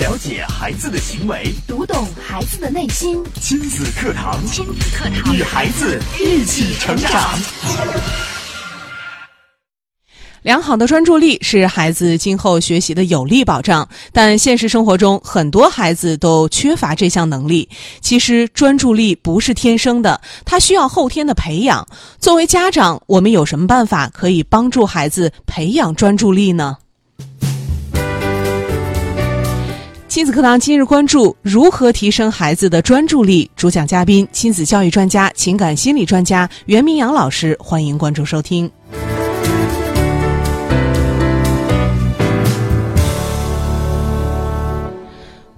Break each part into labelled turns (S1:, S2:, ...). S1: 了解孩子的行为，
S2: 读懂孩子的内心，
S1: 亲子课堂，
S2: 亲子课堂
S1: 与孩子一起成长。
S3: 良好的专注力是孩子今后学习的有力保障，但现实生活中很多孩子都缺乏这项能力。其实，专注力不是天生的，它需要后天的培养。作为家长，我们有什么办法可以帮助孩子培养专注力呢？亲子课堂今日关注：如何提升孩子的专注力？主讲嘉宾：亲子教育专家、情感心理专家袁明阳老师。欢迎关注收听。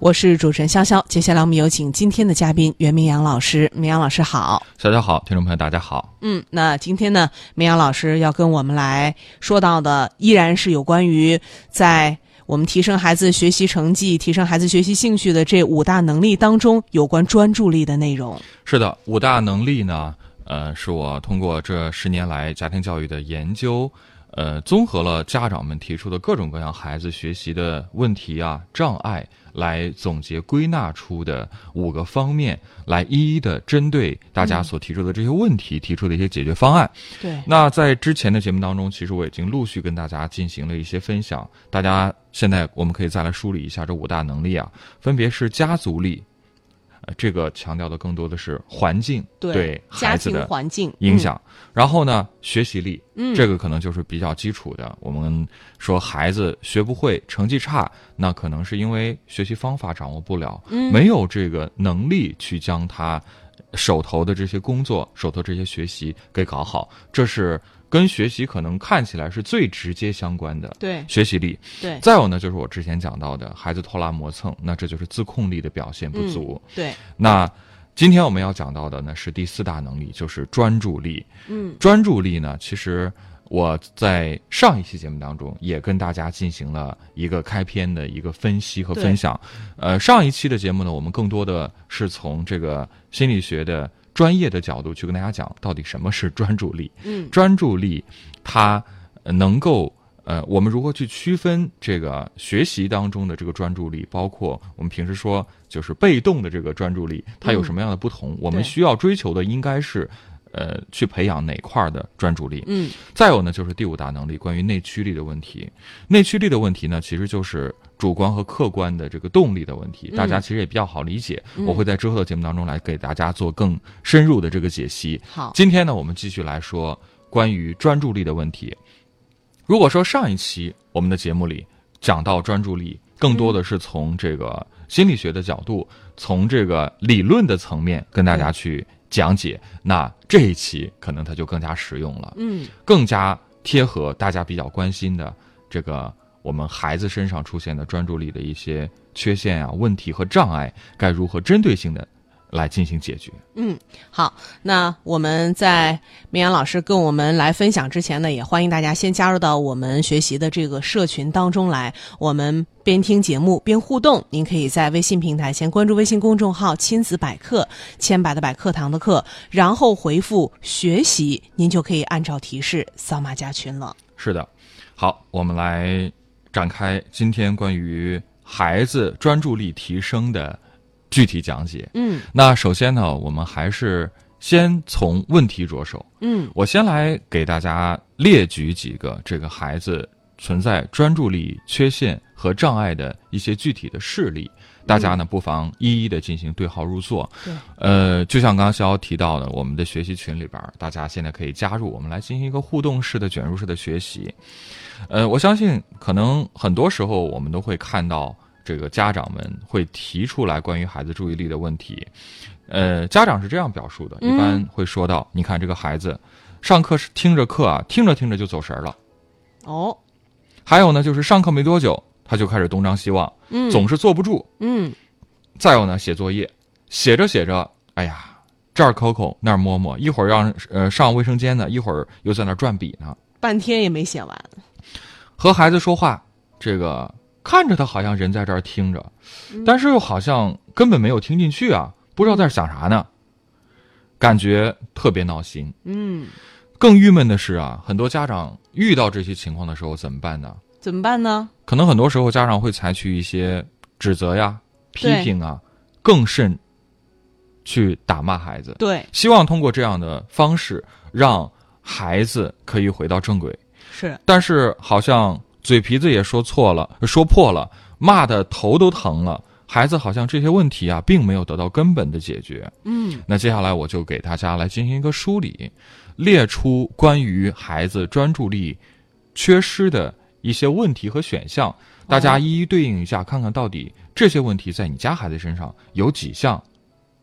S3: 我是主持人潇潇。接下来我们有请今天的嘉宾袁明阳老师。明阳老师好，
S4: 小家好，听众朋友大家好。
S3: 嗯，那今天呢，明阳老师要跟我们来说到的依然是有关于在我们提升孩子学习成绩、提升孩子学习兴趣的这五大能力当中有关专注力的内容。
S4: 是的，五大能力呢，呃，是我通过这十年来家庭教育的研究，呃，综合了家长们提出的各种各样孩子学习的问题啊、障碍，来总结归纳出的五个方面，来一一的针对大家所提出的这些问题、提出的一些解决方案。
S3: 对，
S4: 那在之前的节目当中，其实我已经陆续跟大家进行了一些分享。大家现在我们可以再来梳理一下这五大能力啊，分别是家族力，呃，这个强调的更多的是环境
S3: 对家
S4: 孩子
S3: 庭
S4: 的
S3: 环境
S4: 影、响。然后呢，学习力，
S3: 嗯
S4: 这个可能就是比较基础的。我们说孩子学不会、成绩差，那可能是因为学习方法掌握不了，
S3: 嗯
S4: 没有这个能力去将他手头的这些工作、手头这些学习给搞好。这是跟学习可能看起来是最直接相关的。
S3: 嗯对
S4: 学习力，
S3: 对
S4: 再有呢，就是我之前讲到的孩子拖拉磨蹭，那这就是自控力的表现
S3: 嗯
S4: 不足。
S3: 对，
S4: 那今天我们要讲到的呢是第四大能力，就是专注力。
S3: 嗯，
S4: 专注力呢，其实我在上一期节目当中也跟大家进行了一个开篇的一个分析和分享。呃，上一期的节目呢，我们更多的是从这个心理学的专业的角度去跟大家讲，到底什么是专注力。
S3: 嗯
S4: 专注力，它呃能够呃，我们如何去区分这个学习当中的这个专注力，包括我们平时说就是被动的这个专注力，它有什么样的不同？我们需要追求的应该是。呃，去培养哪块儿的专注力？
S3: 嗯
S4: 再有呢，就是第五大能力，关于内驱力的问题。内驱力的问题呢，其实就是主观和客观的这个动力的问题，
S3: 嗯
S4: 大家其实也比较好理解。
S3: 嗯
S4: 我会在之后的节目当中来给大家做更深入的这个解析。
S3: 好
S4: 今天呢，我们继续来说关于专注力的问题。如果说上一期我们的节目里讲到专注力，更多的是从这个心理学的角度，从这个理论的层面跟大家去讲解，那这一期可能它就更加实用了，
S3: 嗯
S4: 更加贴合大家比较关心的这个我们孩子身上出现的专注力的一些缺陷啊、问题和障碍，该如何针对性的来进行解决。
S3: 嗯，好，那我们在明阳老师跟我们来分享之前呢，也欢迎大家先加入到我们学习的这个社群当中来，我们边听节目边互动。您可以在微信平台先关注微信公众号“亲子百科”，千百的百课堂的课，然后回复“学习”，您就可以按照提示扫码加群了。
S4: 是的，好，我们来展开今天关于孩子专注力提升的具体讲解。
S3: 嗯
S4: 那首先呢，我们还是先从问题着手。
S3: 嗯
S4: 我先来给大家列举几个这个孩子存在专注力缺陷和障碍的一些具体的事例，大家呢不妨一一的进行对号入座。
S3: 嗯对
S4: 呃，就像刚刚肖肖提到的，我们的学习群里边儿，大家现在可以加入我们来进行一个互动式的、卷入式的学习。呃，我相信可能很多时候我们都会看到。这个家长们会提出来关于孩子注意力的问题，呃，家长是这样表述的，一
S3: 嗯
S4: 般会说到，你看这个孩子，上课是听着课啊，听着听着就走神儿了。
S3: 哦
S4: 还有呢，就是上课没多久，他就开始东张西望，
S3: 嗯
S4: 总是坐不住。
S3: 嗯
S4: 再有呢，写作业，写着写着，哎呀，这儿抠抠，那儿摸摸，一会儿让呃上卫生间呢，一会儿又在那儿转笔呢。
S3: 半天也没写完。
S4: 和孩子说话，这个看着他好像人在这儿听着，但是又好像根本没有听进去啊，不知道在想啥呢，感觉特别闹心。
S3: 嗯，
S4: 更郁闷的是啊，很多家长遇到这些情况的时候怎么办呢？
S3: 怎么办呢？
S4: 可能很多时候家长会采取一些指责呀、批
S3: 对
S4: 评啊，更甚去打骂孩子。
S3: 对，
S4: 希望通过这样的方式，让孩子可以回到正轨。
S3: 是，
S4: 但是好像嘴皮子也说错了，说破了，骂的头都疼了。孩子好像这些问题啊，并没有得到根本的解决。
S3: 嗯，
S4: 那接下来我就给大家来进行一个梳理，列出关于孩子专注力缺失的一些问题和选项，大家一一对应一下，看看到底这些问题在你家孩子身上有几项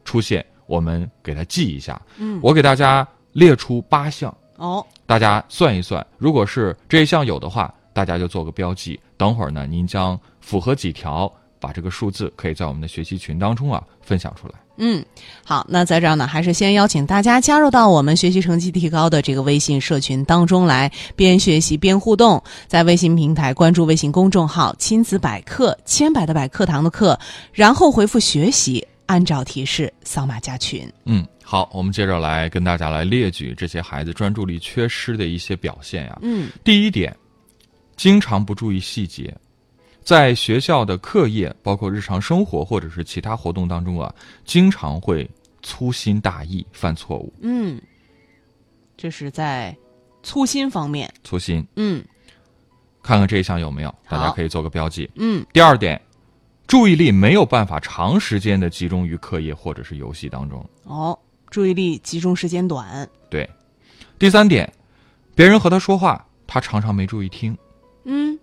S4: 出现，我们给他记一下。
S3: 嗯
S4: 我给大家列出八项，
S3: 哦，
S4: 大家算一算，如果是这一项有的话，大家就做个标记。等会儿呢，您将符合几条，把这个数字可以在我们的学习群当中啊分享出来。
S3: 嗯，好，那在这儿呢，还是先邀请大家加入到我们学习成绩提高的这个微信社群当中来，边学习边互动。在微信平台关注微信公众号“亲子百科”，千百的百课堂的课，然后回复“学习”，按照提示扫码加群。
S4: 嗯，好，我们接着来跟大家来列举这些孩子专注力缺失的一些表现呀、
S3: 嗯，
S4: 第一点，经常不注意细节，在学校的课业、包括日常生活或者是其他活动当中啊，经常会粗心大意、犯错误。
S3: 嗯，这是在粗心方面。
S4: 粗心，
S3: 嗯
S4: 看看这一项有没有，大家
S3: 好
S4: 可以做个标记。
S3: 嗯
S4: 第二点，注意力没有办法长时间的集中于课业或者是游戏当中。
S3: 哦，注意力集中时间短。
S4: 对，第三点，别人和他说话，他常常没注意听。
S3: 嗯，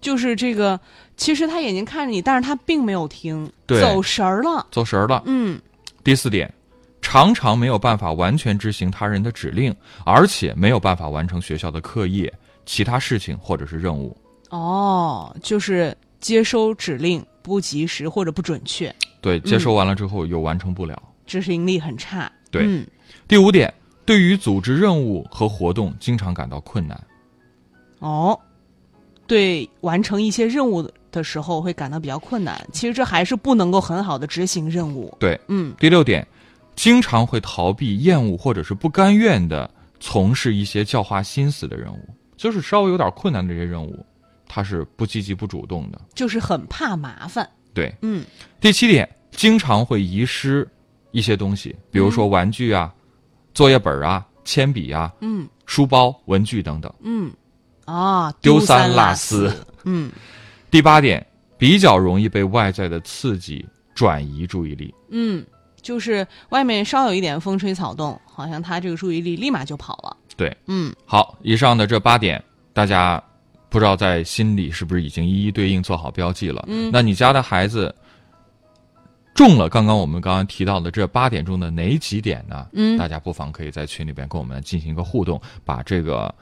S3: 就是这个，其实他眼睛看着你，但是他并没有听，
S4: 对
S3: 走神儿了。
S4: 走神儿了。
S3: 嗯，
S4: 第四点，常常没有办法完全执行他人的指令，而且没有办法完成学校的课业、其他事情或者是任务。
S3: 哦，就是接收指令不及时或者不准确，
S4: 对，接收完了之后又完成不了。
S3: 执行力很差。
S4: 对
S3: 嗯，
S4: 第五点，对于组织任务和活动经常感到困难。
S3: 哦，对，完成一些任务的时候会感到比较困难。其实这还是不能够很好的执行任务。
S4: 对，
S3: 嗯，
S4: 第六点，经常会逃避、厌恶或者是不甘愿的从事一些教化心思的任务，就是稍微有点困难的这些任务，他是不积极、不主动的。
S3: 就是很怕麻烦。
S4: 对，
S3: 嗯，
S4: 第七点，经常会遗失一些东西，比如说玩具啊、作业本啊、铅笔啊、
S3: 嗯
S4: 书包、文具等等。
S3: 嗯，啊，
S4: 丢
S3: 三
S4: 三
S3: 落
S4: 落四。
S3: 嗯
S4: 第八点，比较容易被外在的刺激转移注意力。
S3: 嗯，就是外面稍有一点风吹草动，好像他这个注意力立马就跑了。
S4: 对，
S3: 嗯
S4: 好，以上的这八点，大家不知道在心里是不是已经一一对应做好标记了？
S3: 嗯
S4: 那你家的孩子中了刚刚我们刚刚提到的这八点中的哪几点呢？
S3: 嗯
S4: 大家不妨可以在群里边跟我们进行一个互动，把这个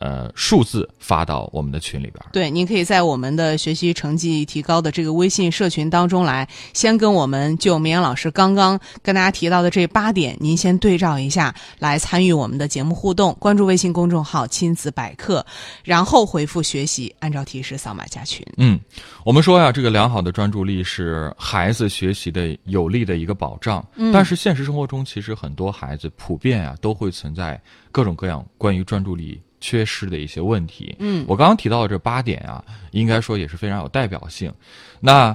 S4: 呃数字发到我们的群里边。
S3: 对，您可以在我们的学习成绩提高的这个微信社群当中来，先跟我们就绵阳老师刚刚跟大家提到的这八点，您先对照一下，来参与我们的节目互动。关注微信公众号“亲子百科”，然后回复“学习”，按照提示扫码加群。
S4: 嗯，我们说呀，这个良好的专注力是孩子学习的有力的一个保障。嗯但是现实生活中，其实很多孩子普遍啊都会存在各种各样关于专注力缺失的一些问题。
S3: 嗯
S4: 我刚刚提到的这八点啊，应该说也是非常有代表性。那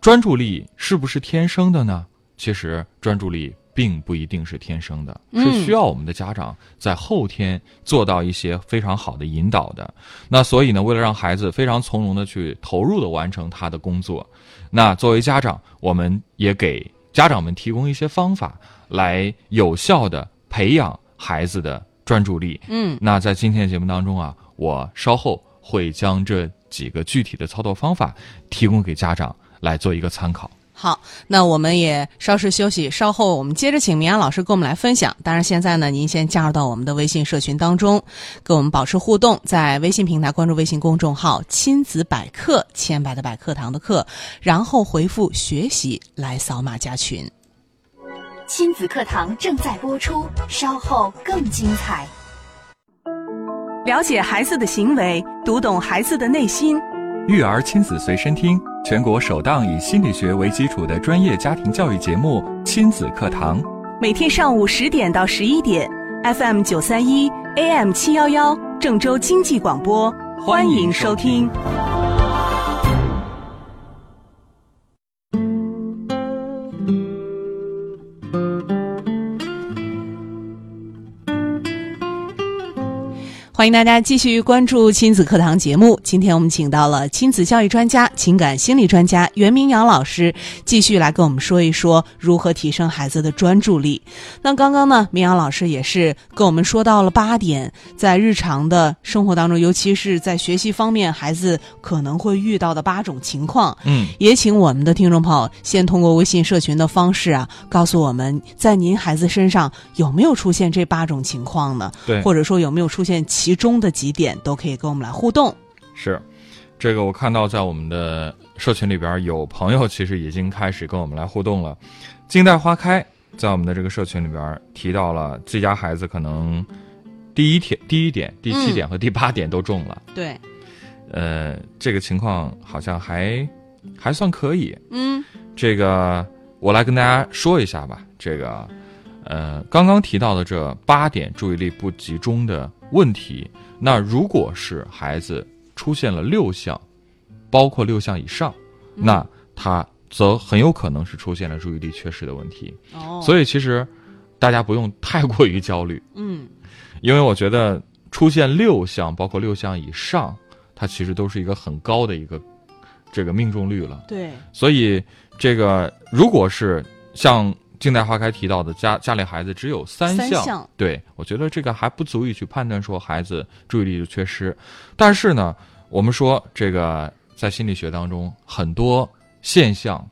S4: 专注力是不是天生的呢？其实专注力并不一定是天生的，是需要我们的家长在后天做到一些非常好的引导的。那所以呢，为了让孩子非常从容的去投入的完成他的工作，那作为家长，我们也给家长们提供一些方法，来有效的培养孩子的专注力。
S3: 嗯，
S4: 那在今天的节目当中啊，我稍后会将这几个具体的操作方法提供给家长来做一个参考。
S3: 好，那我们也稍事休息，稍后我们接着请明阳老师跟我们来分享。当然，现在呢，您先加入到我们的微信社群当中，跟我们保持互动，在微信平台关注微信公众号“亲子百科”，千百的百课堂的课，然后回复“学习”来扫码加群。
S2: 亲子课堂正在播出，稍后更精彩。
S5: 了解孩子的行为，读懂孩子的内心。
S6: 育儿亲子随身听，全国首档以心理学为基础的专业家庭教育节目《亲子课堂》。
S5: 每天上午十点到十一点，FM 九三一，AM 七幺幺，郑州经济广播，欢迎收听。
S3: 欢迎大家继续关注亲子课堂节目。今天我们请到了亲子教育专家、情感心理专家袁明阳老师，继续来跟我们说一说如何提升孩子的专注力。那刚刚呢，明阳老师也是跟我们说到了八点，在日常的生活当中，尤其是在学习方面，孩子可能会遇到的八种情况。
S4: 嗯，
S3: 也请我们的听众朋友先通过微信社群的方式啊，告诉我们在您孩子身上有没有出现这八种情况呢？
S4: 对，
S3: 或者说有没有出现其中的几点，都可以跟我们来互动。
S4: 是，这个我看到在我们的社群里边儿有朋友其实已经开始跟我们来互动了。静待花开在我们的这个社群里边儿提到了自己家孩子可能第一天、第一点、第七点和第八点都中了，
S3: 对，
S4: 呃，这个情况好像还还算可以。
S3: 嗯
S4: 这个我来跟大家说一下吧。这个，呃，刚刚提到的这八点注意力不集中的问题，那如果是孩子出现了六项，包括六项以上，那他则很有可能是出现了注意力缺失的问题。
S3: 哦
S4: 所
S3: 以
S4: 以其实大家不用太过于焦虑，
S3: 嗯
S4: 因为我觉得出现六项，包括六项以上，它其实都是一个很高的一个这个命中率了。
S3: 对，
S4: 所以这个如果是像静待花开提到的，家家里孩子只有三项，
S3: 三项
S4: 对我觉得这个还不足以去判断说孩子注意力的缺失。但是呢，我们说这个在心理学当中很多现象，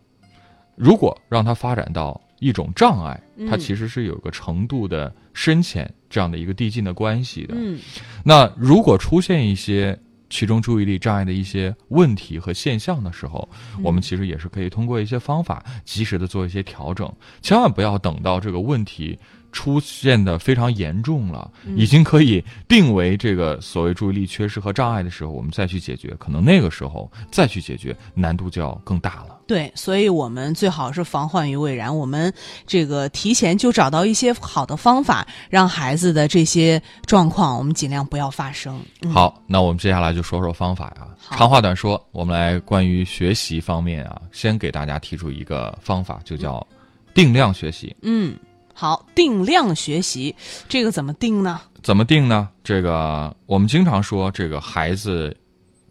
S4: 如果让它发展到一种障碍，它
S3: 嗯
S4: 其实是有个程度的深浅这样的一个递进的关系的。
S3: 嗯
S4: 那如果出现一些其中注意力障碍的一些问题和现象的时候，我
S3: 嗯
S4: 们其实也是可以通过一些方法及时的做一些调整，千万不要等到这个问题出现的非常严重了，
S3: 嗯
S4: 已经可以定为这个所谓注意力缺失和障碍的时候，我们再去解决，可能那个时候再去解决难度就要更大了。
S3: 对，所以我们最好是防患于未然，我们这个提前就找到一些好的方法，让孩子的这些状况我们尽量不要发生。嗯，
S4: 好，那我们接下来就说说方法呀、
S3: 好
S4: 长话短说，我们来关于学习方面啊，先给大家提出一个方法，就叫定量学习。
S3: 嗯，好，定量学习，这个怎么定呢？
S4: 怎么定呢？这个我们经常说，这个孩子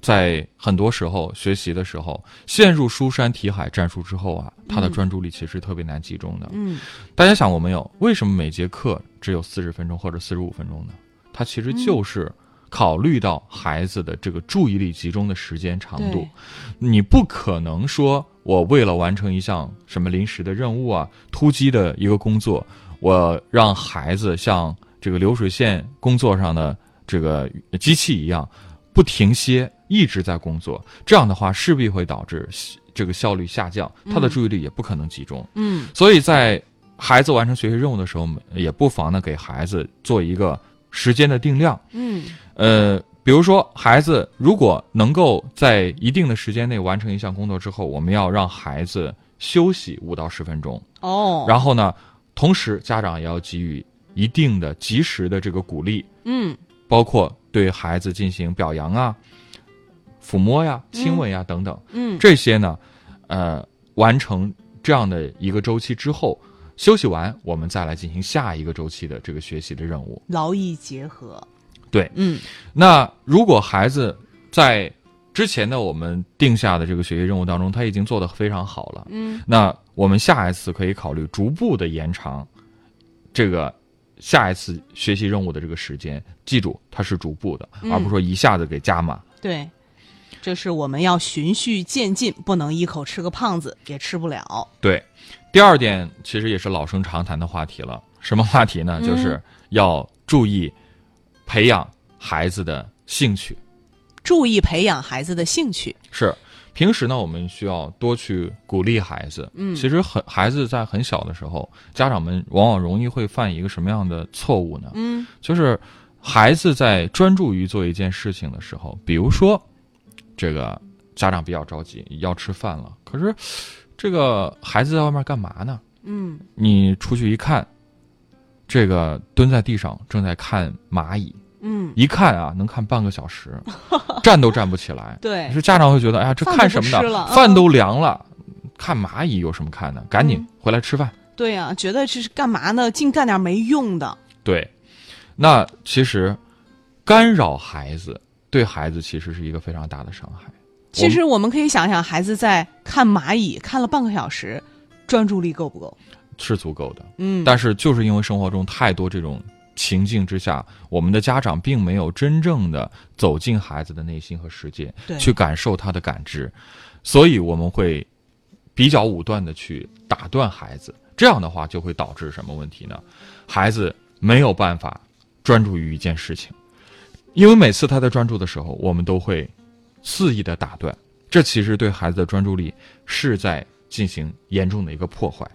S4: 在很多时候学习的时候，陷入书山题海战术之后啊，他的专注力其实特别难集中的。
S3: 嗯，
S4: 大家想过没有？为什么每节课只有四十分钟或者四十五分钟呢？它其实就是考虑到孩子的这个注意力集中的时间长度
S3: 对。
S4: 你不可能说我为了完成一项什么临时的任务啊、突击的一个工作，我让孩子像这个流水线工作上的这个机器一样，不停歇，一直在工作。这样的话，势必会导致这个效率下降，他的注意力也不可能集中。
S3: 嗯，
S4: 所以在孩子完成学习任务的时候，也不妨呢给孩子做一个时间的定量。
S3: 嗯，
S4: 呃，比如说孩子如果能够在一定的时间内完成一项工作之后，我们要让孩子休息五到十分钟，
S3: 哦，
S4: 然后呢，同时家长也要给予一定的及时的这个鼓励，
S3: 嗯
S4: 包括对孩子进行表扬啊、抚摸呀、亲吻呀等等。
S3: 嗯，
S4: 这些呢，呃，完成这样的一个周期之后，休息完，我们再来进行下一个周期的这个学习的任务。
S3: 劳逸结合。
S4: 对
S3: 嗯
S4: 那如果孩子在之前的我们定下的这个学习任务当中，他已经做得非常好了，
S3: 嗯，
S4: 那我们下一次可以考虑逐步的延长这个下一次学习任务的这个时间。记住，它是逐步的，而不是说一下子给加满。
S3: 对，这是我们要循序渐进，不能一口吃个胖子，也吃不了。
S4: 对，第二点其实也是老生常谈的话题了。什么话题呢？就是要注意培养孩子的兴趣。
S3: 注意培养孩子的兴趣。
S4: 是，平时呢，我们需要多去鼓励孩子。嗯，其实很孩子在很小的时候，家长们往往容易会犯一个什么样的错误呢？
S3: 嗯，
S4: 就是孩子在专注于做一件事情的时候，比如说，这个家长比较着急要吃饭了，可是这个孩子在外面干嘛呢？
S3: 嗯，
S4: 你出去一看，这个蹲在地上正在看蚂蚁，
S3: 嗯，
S4: 一看啊能看半个小时， 站都站不起来。
S3: 对，
S4: 是家长会觉得，哎呀，这
S3: 饭
S4: 看
S3: 都
S4: 什
S3: 不
S4: 么
S3: 吃
S4: 呢
S3: 了？嗯
S4: 饭都凉了，看蚂蚁有什么看的？赶紧
S3: 嗯
S4: 回来吃饭。
S3: 对呀、觉得这是干嘛呢？净干点没用的。
S4: 对，那其实干扰孩子，对孩子其实是一个非常大的伤害。
S3: 其实我们可以想想，孩子在看蚂蚁看了半个小时，专注力够不够？
S4: 是足够的，
S3: 嗯，
S4: 但是就是因为生活中太多这种情境之下，我们的家长并没有真正的走进孩子的内心和世界
S3: 对，
S4: 去感受他的感知，所以我们会比较武断的去打断孩子。这样的话就会导致什么问题呢？孩子没有办法专注于一件事情，因为每次他在专注的时候，我们都会肆意的打断，这其实对孩子的专注力是在进行严重的一个破坏。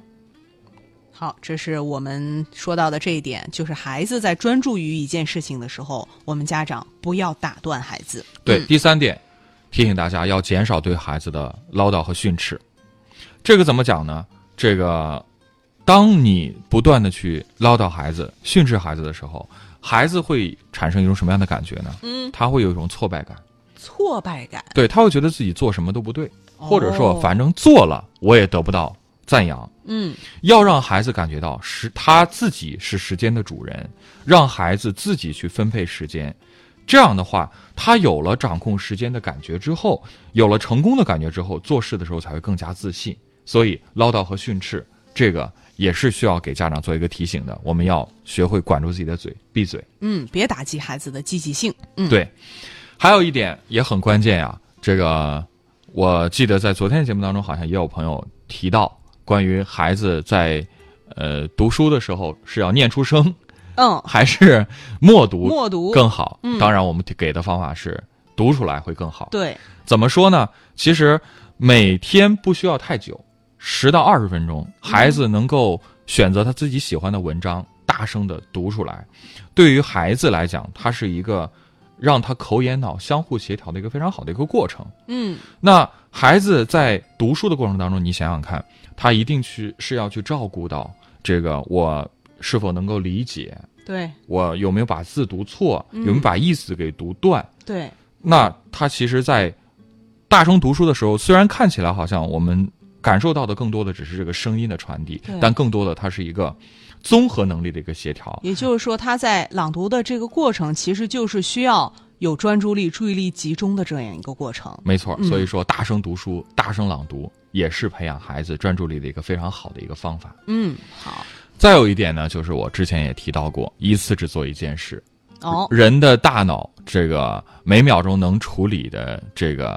S3: 好，这是我们说到的这一点，就是孩子在专注于一件事情的时候，我们家长不要打断孩子。
S4: 对，第三点，提醒大家要减少对孩子的唠叨和训斥。这个怎么讲呢？这个，当你不断的去唠叨孩子、训斥孩子的时候，孩子会产生一种什么样的感觉呢？
S3: 嗯，
S4: 他会有一种挫败感，
S3: 挫败感，
S4: 对他会觉得自己做什么都不对，或者说
S3: 哦
S4: 反正做了我也得不到赞扬。
S3: 嗯，
S4: 要让孩子感觉到是他自己是时间的主人，让孩子自己去分配时间。这样的话，他有了掌控时间的感觉之后，有了成功的感觉之后，做事的时候才会更加自信。所以，唠叨和训斥，这个也是需要给家长做一个提醒的。我们要学会管住自己的嘴，闭嘴。
S3: 嗯，别打击孩子的积极性。嗯，
S4: 对，还有一点也很关键呀、这个我记得在昨天的节目当中，好像也有朋友提到关于孩子在呃读书的时候是要念出声
S3: 嗯，
S4: 还是默读
S3: 默读
S4: 更好。
S3: 嗯
S4: 当然，我们给的方法是读出来会更好。
S3: 对，
S4: 怎么说呢？其实每天不需要太久，十到二十分钟，孩子能够选择他自己喜欢的文章，大声的读出来。对于孩子来讲，它是一个让他口眼脑相互协调的一个非常好的一个过程。
S3: 嗯，
S4: 那孩子在读书的过程当中，你想想看，他一定去是要去照顾到这个我是否能够理解，
S3: 对嗯
S4: 我有没有把字读错，有没有把意思给读断。
S3: 对，
S4: 那他其实，在大声读书的时候，虽然看起来好像我们感受到的更多的只是这个声音的传递
S3: 对，
S4: 但更多的它是一个综合能力的一个协调。
S3: 也就是说，他在朗读的这个过程，其实就是需要有专注力、注意力集中的这样一个过程。
S4: 没错，
S3: 嗯
S4: 所以说大声读书、大声朗读也是培养孩子专注力的一个非常好的一个方法。
S3: 嗯，好，
S4: 再有一点呢，就是我之前也提到过，一次只做一件事。
S3: 哦，
S4: 人的大脑这个每秒钟能处理的这个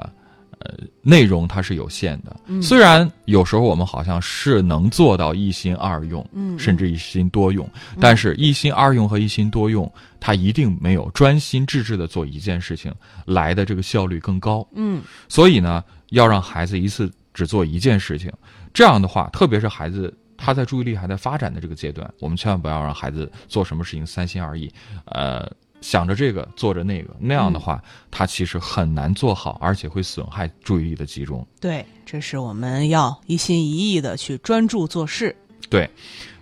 S4: 呃内容它是有限的、
S3: 嗯
S4: 虽然有时候我们好像是能做到一心二用，
S3: 嗯
S4: 甚至一心多用、但是一心二用和一心多用，它一定没有专心致志的做一件事情来的这个效率更高。
S3: 嗯，
S4: 所以呢，要让孩子一次只做一件事情，这样的话，特别是孩子他在注意力还在发展的这个阶段，我们千万不要让孩子做什么事情三心二意，呃，想着这个做着那个，那样的话，他其实很难做好，而且会损害注意力的集中。
S3: 对，这是我们要一心一意的去专注做事。
S4: 对，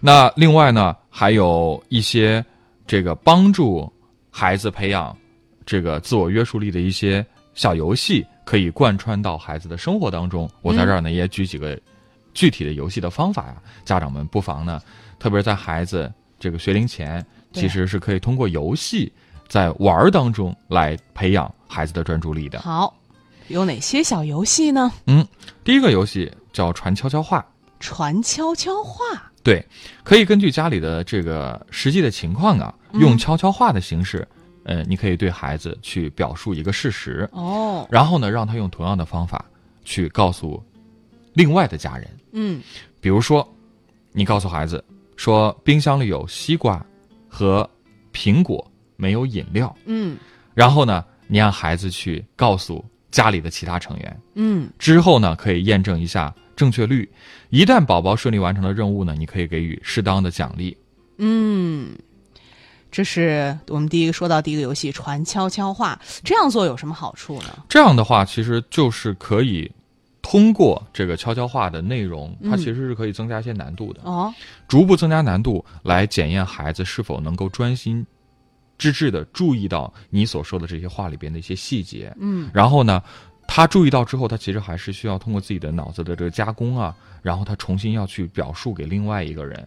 S4: 那另外呢，还有一些这个帮助孩子培养这个自我约束力的一些小游戏，可以贯穿到孩子的生活当中。我在
S3: 嗯
S4: 这儿呢也举几个具体的游戏的方法呀，家长们不妨呢，特别是在孩子这个学龄前，
S3: 对
S4: 其实是可以通过游戏在玩儿当中来培养孩子的专注力的。
S3: 好，有哪些小游戏呢？
S4: 第一个游戏叫传悄悄话。
S3: 传悄悄话，
S4: 对，可以根据家里的这个实际的情况啊，用悄悄话的形式，呃，你可以对孩子去表述一个事实，
S3: 哦，
S4: 然后呢，让他用同样的方法去告诉另外的家人。
S3: 嗯，
S4: 比如说，你告诉孩子说冰箱里有西瓜和苹果，没有饮料，
S3: 嗯，
S4: 然后呢，你让孩子去告诉家里的其他成员，
S3: 嗯，
S4: 之后呢，可以验证一下正确率。一旦宝宝顺利完成了任务呢，你可以给予适当的奖励。
S3: 嗯，这是我们第一个说到第一个游戏传悄悄话，这样做有什么好处呢？
S4: 这样的话，其实就是可以通过这个悄悄话的内容，它其实是可以增加一些难度的，
S3: 哦，
S4: 逐步增加难度来检验孩子是否能够专心致志的注意到你所说的这些话里边的一些细节。
S3: 嗯，
S4: 然后呢，他注意到之后，他其实还是需要通过自己的脑子的这个加工啊，然后他重新要去表述给另外一个人。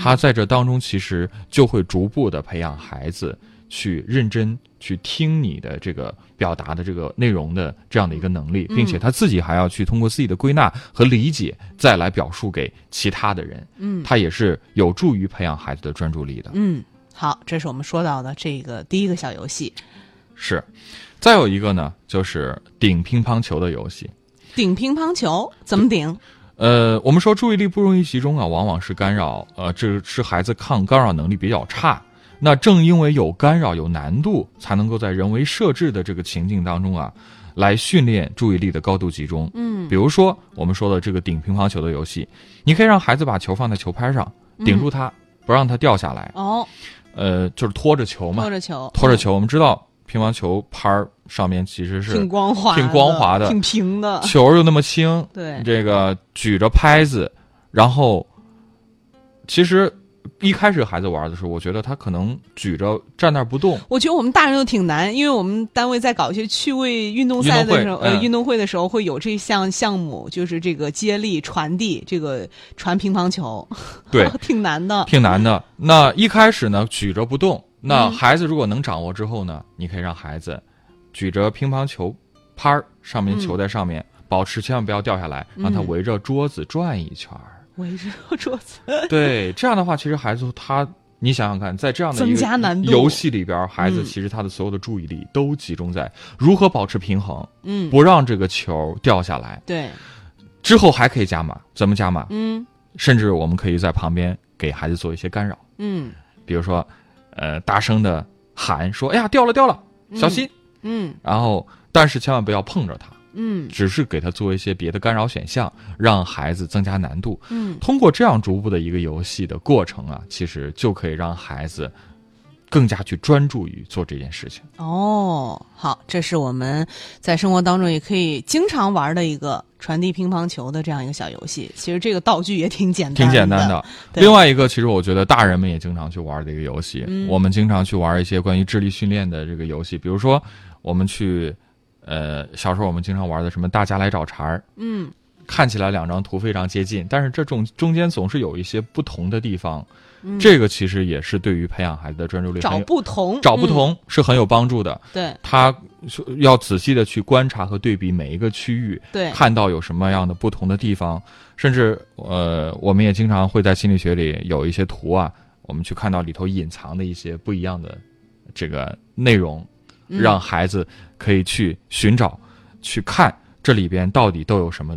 S4: 他在这当中其实就会逐步的培养孩子去认真去听你的这个表达的这个内容的这样的一个能力，并且他自己还要去通过自己的归纳和理解再来表述给其他的人，
S3: 嗯
S4: 他也是有助于培养孩子的专注力的。
S3: 嗯，好，这是我们说到的这个第一个小游戏，
S4: 是，再有一个呢，就是顶乒乓球的游戏。
S3: 顶乒乓球怎么顶？
S4: 呃，我们说注意力不容易集中啊，往往是干扰，呃，这是孩子抗干扰能力比较差。那正因为有干扰、有难度，才能够在人为设置的这个情境当中啊，来训练注意力的高度集中。嗯，比如说我们说的这个顶乒乓球的游戏，你可以让孩子把球放在球拍上，顶住它，不让它掉下来。
S3: 哦，
S4: 呃，就是拖着球嘛
S3: 拖，着球，
S4: 拖着球。我们知道乒乓球拍儿上面其实是
S3: 挺光滑的，
S4: 挺光滑的
S3: 挺平的，
S4: 球儿又那么轻，
S3: 对
S4: 这个举着拍子，然后其实一开始孩子玩的时候，我觉得他可能举着站那儿不 动，
S3: 我觉得我们大人都挺难，因为我们单位在搞一些趣味运动赛的时候，
S4: 运动会
S3: 呃，
S4: 嗯
S3: 运动会的时候会有这项项目，就是这个接力、传递，这个传乒乓球，
S4: 对，
S3: 挺难的。
S4: 挺难的。那一开始呢，举着不动，
S3: 嗯
S4: 那孩子如果能掌握之后呢，你可以让孩子举着乒乓球拍儿，上
S3: 嗯
S4: 面球在上面，保持千万不要掉下来，让他围着桌子转一圈儿。
S3: 围着桌子，
S4: 对，这样的话，其实孩子他，你想想看，在这样的
S3: 增
S4: 一
S3: 加难
S4: 个
S3: 度
S4: 游戏里边，孩子
S3: 嗯
S4: 其实他的所有的注意力都集中在如何保持平衡，
S3: 嗯，
S4: 不让这个球掉下来。
S3: 对，
S4: 之后还可以加码，怎么加码？
S3: 嗯
S4: 甚至我们可以在旁边给孩子做一些干扰，
S3: 嗯
S4: 比如说，呃，大声的喊说：“哎呀，掉了掉了，小心！”
S3: 嗯
S4: 然后，但是千万不要碰着他。
S3: 嗯
S4: 只是给他做一些别的干扰选项，让孩子增加难度。
S3: 嗯
S4: 通过这样逐步的一个游戏的过程啊，其实就可以让孩子更加去专注于做这件事情。
S3: 哦，好，这是我们在生活当中也可以经常玩的一个传递乒乓球的这样一个小游戏。其实这个道具也挺简单，
S4: 挺简单
S3: 的
S4: 的。。
S3: 对
S4: 另外一个，其实我觉得大人们也经常去玩的一个游戏，
S3: 嗯
S4: 我们经常去玩一些关于智力训练的这个游戏，比如说我们去，呃，小时候我们经常玩的什么“大家来找茬儿”，嗯，看起来两张图非常接近，但是这种中间总是有一些不同的地方，这个其实也是对于培养孩子的专注力
S3: 嗯
S4: 很
S3: 找
S4: 有
S3: 不同，
S4: 找不
S3: 嗯，
S4: 同是很有帮助的。
S3: 对
S4: 他要仔细的去观察和对比每一个区域，
S3: 对
S4: 看到有什么样的不同的地方，甚至呃，我们也经常会在心理学里有一些图啊，我们去看到里头隐藏的一些不一样的这个内容，
S3: 嗯
S4: 让孩子可以去寻找、去看这里边到底都有什么，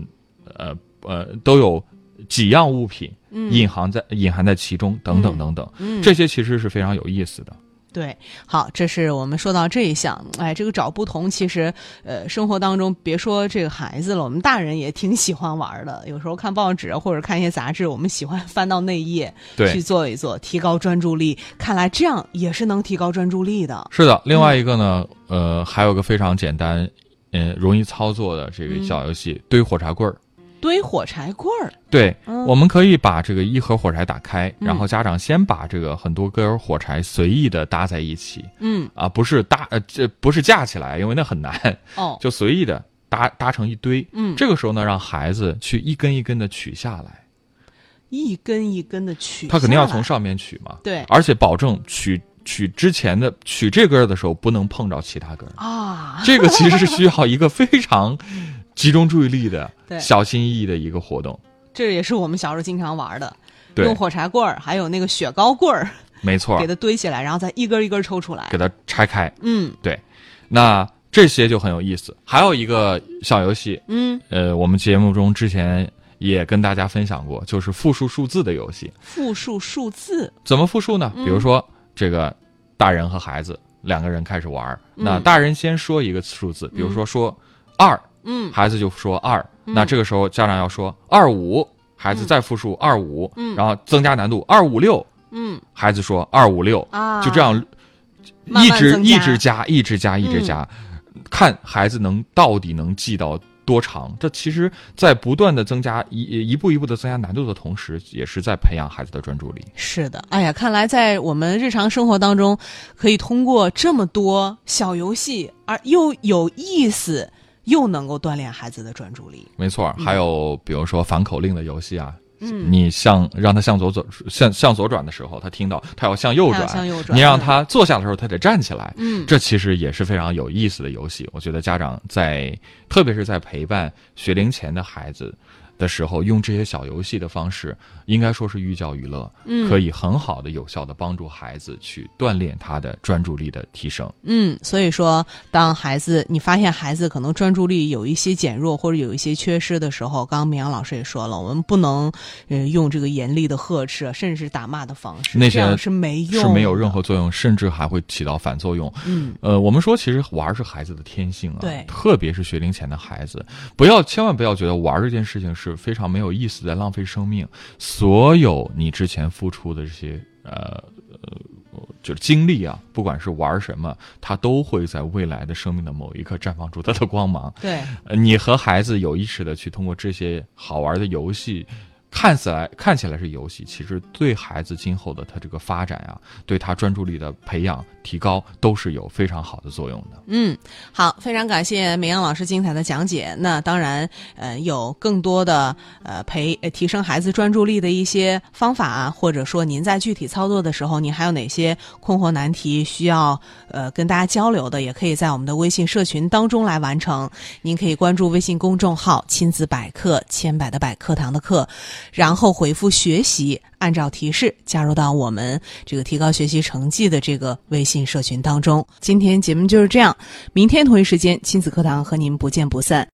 S4: 呃呃，都有几样物品。
S3: 嗯
S4: 隐含在隐含在其中，等等等等，这些其实是非常有意思的。
S3: 对，好，这是我们说到这一项。哎，这个找不同，其实呃，生活当中别说这个孩子了，我们大人也挺喜欢玩儿的。有时候看报纸或者看一些杂志，我们喜欢 翻到那一页
S4: 对
S3: 去做一做，提高专注力。看来这样也是能提高专注力的。
S4: 是的，另
S3: 嗯
S4: 外一个呢，呃，还有个非常简单，呃，容易操作的这
S3: 嗯
S4: 个小游戏，堆火柴棍儿。
S3: 堆火柴棍儿，
S4: 对，
S3: 嗯
S4: 我们可以把这个一盒火柴打开，
S3: 嗯
S4: 然后家长先把这个很多根火柴随意的搭在一起，
S3: 嗯，
S4: 啊，不是搭，呃，这不是架起来，因为那很难，
S3: 哦，
S4: 就随意的搭搭成一堆。
S3: 嗯
S4: 这个时候呢，让孩子去一根一根的取下来，
S3: 一根一根的取下来，
S4: 他肯定要从上面取嘛。
S3: 对
S4: 而且保证取取之前的取这根儿的时候不能碰着其他根儿。
S3: 啊，
S4: 这个其实是需要一个非常集中注意力的
S3: 对、
S4: 小心翼翼的一个活动。
S3: 这也是我们小时候经常玩儿的，
S4: 对
S3: 用，火柴棍儿还有那个雪糕棍儿
S4: 没错
S3: 给，它堆起来，然后再一根儿一根儿抽出来
S4: 给。它拆开。
S3: 嗯
S4: 对，那这些就很有意思。还有一个小游戏，
S3: 嗯。
S4: 呃，我们节目中之前也跟大家分享过，就是复述数字的游戏。
S3: 复述数字，
S4: 怎么复述呢？
S3: 嗯
S4: 比如说，这个大人和孩子两个人开始玩儿，那大人先说一个数字，比如说说二，
S3: 嗯
S4: 孩子就说二，那这个时候家长要说二五，孩子再复述二五，
S3: 嗯
S4: 然后增加难度二五六，
S3: 嗯
S4: 孩子说二五六，
S3: 啊
S4: 就这样
S3: 慢
S4: 一
S3: 慢
S4: 直
S3: 增加嗯
S4: 一直加，一直加，一直加，看孩子能到底能记到。多长？这其实，在不断的增加一一步一步的增加难度的同时，也是在培养孩子的专注力。
S3: 是的，哎呀，看来在我们日常生活当中，可以通过这么多小游戏，而又有意思，又能够锻炼孩子的专注力。
S4: 没错儿，还有比如说反口令的游戏啊，
S3: 嗯，
S4: 你向让他向左走，向向左转的时候，他听到他要向右
S3: 他要
S4: 转；
S3: 向右转
S4: 你
S3: 嗯
S4: 让他坐下的时候，他得站起来。
S3: 嗯
S4: 这其实也是非常有意思的游戏。我觉得家长在，特别是在陪伴学龄前的孩子的时候，用这些小游戏的方式，应该说是寓教于乐，
S3: 嗯
S4: 可以很好的、有效的帮助孩子去锻炼他的专注力的提升。
S3: 嗯，所以说，当孩子你发现孩子可能专注力有一些减弱或者有一些缺失的时候，刚刚明阳老师也说了，我们不能，呃，用这个严厉的呵斥啊，甚至是打骂的方式，
S4: 那
S3: 这样
S4: 些
S3: 是没用，
S4: 是没有任。何作用，甚至还会起到反作用。
S3: 嗯，
S4: 呃，我们说其实玩儿是孩子的天性啊，
S3: 对
S4: 特别是学龄前的孩子，不要千万不要觉得玩儿这件事情是非常没有意思的，浪费生命。所有你之前付出的这些呃呃，就是经历啊，不管是玩儿什么，它都会在未来的生命的某一刻绽放出它的光芒。
S3: 对，
S4: 呃，你和孩子有意识的去通过这些好玩的游戏，看起来看起来是游戏，其实对孩子今后的他这个发展啊，对他专注力的培养、提高都是有非常好的作用的。
S3: 嗯，好，非常感谢明阳老师精彩的讲解。那当然，呃，有更多的呃培呃提升孩子专注力的一些方法啊，或者说您在具体操作的时候，您还有哪些困惑难题需要呃跟大家交流的，也可以在我们的微信社群当中来完成。您可以关注微信公众号“亲子百科”，千百的百课堂的课，然后回复“学习”，按照提示加入到我们这个提高学习成绩的这个微信社群当中。今天节目就是这样，明天同一时间亲子课堂和您不见不散。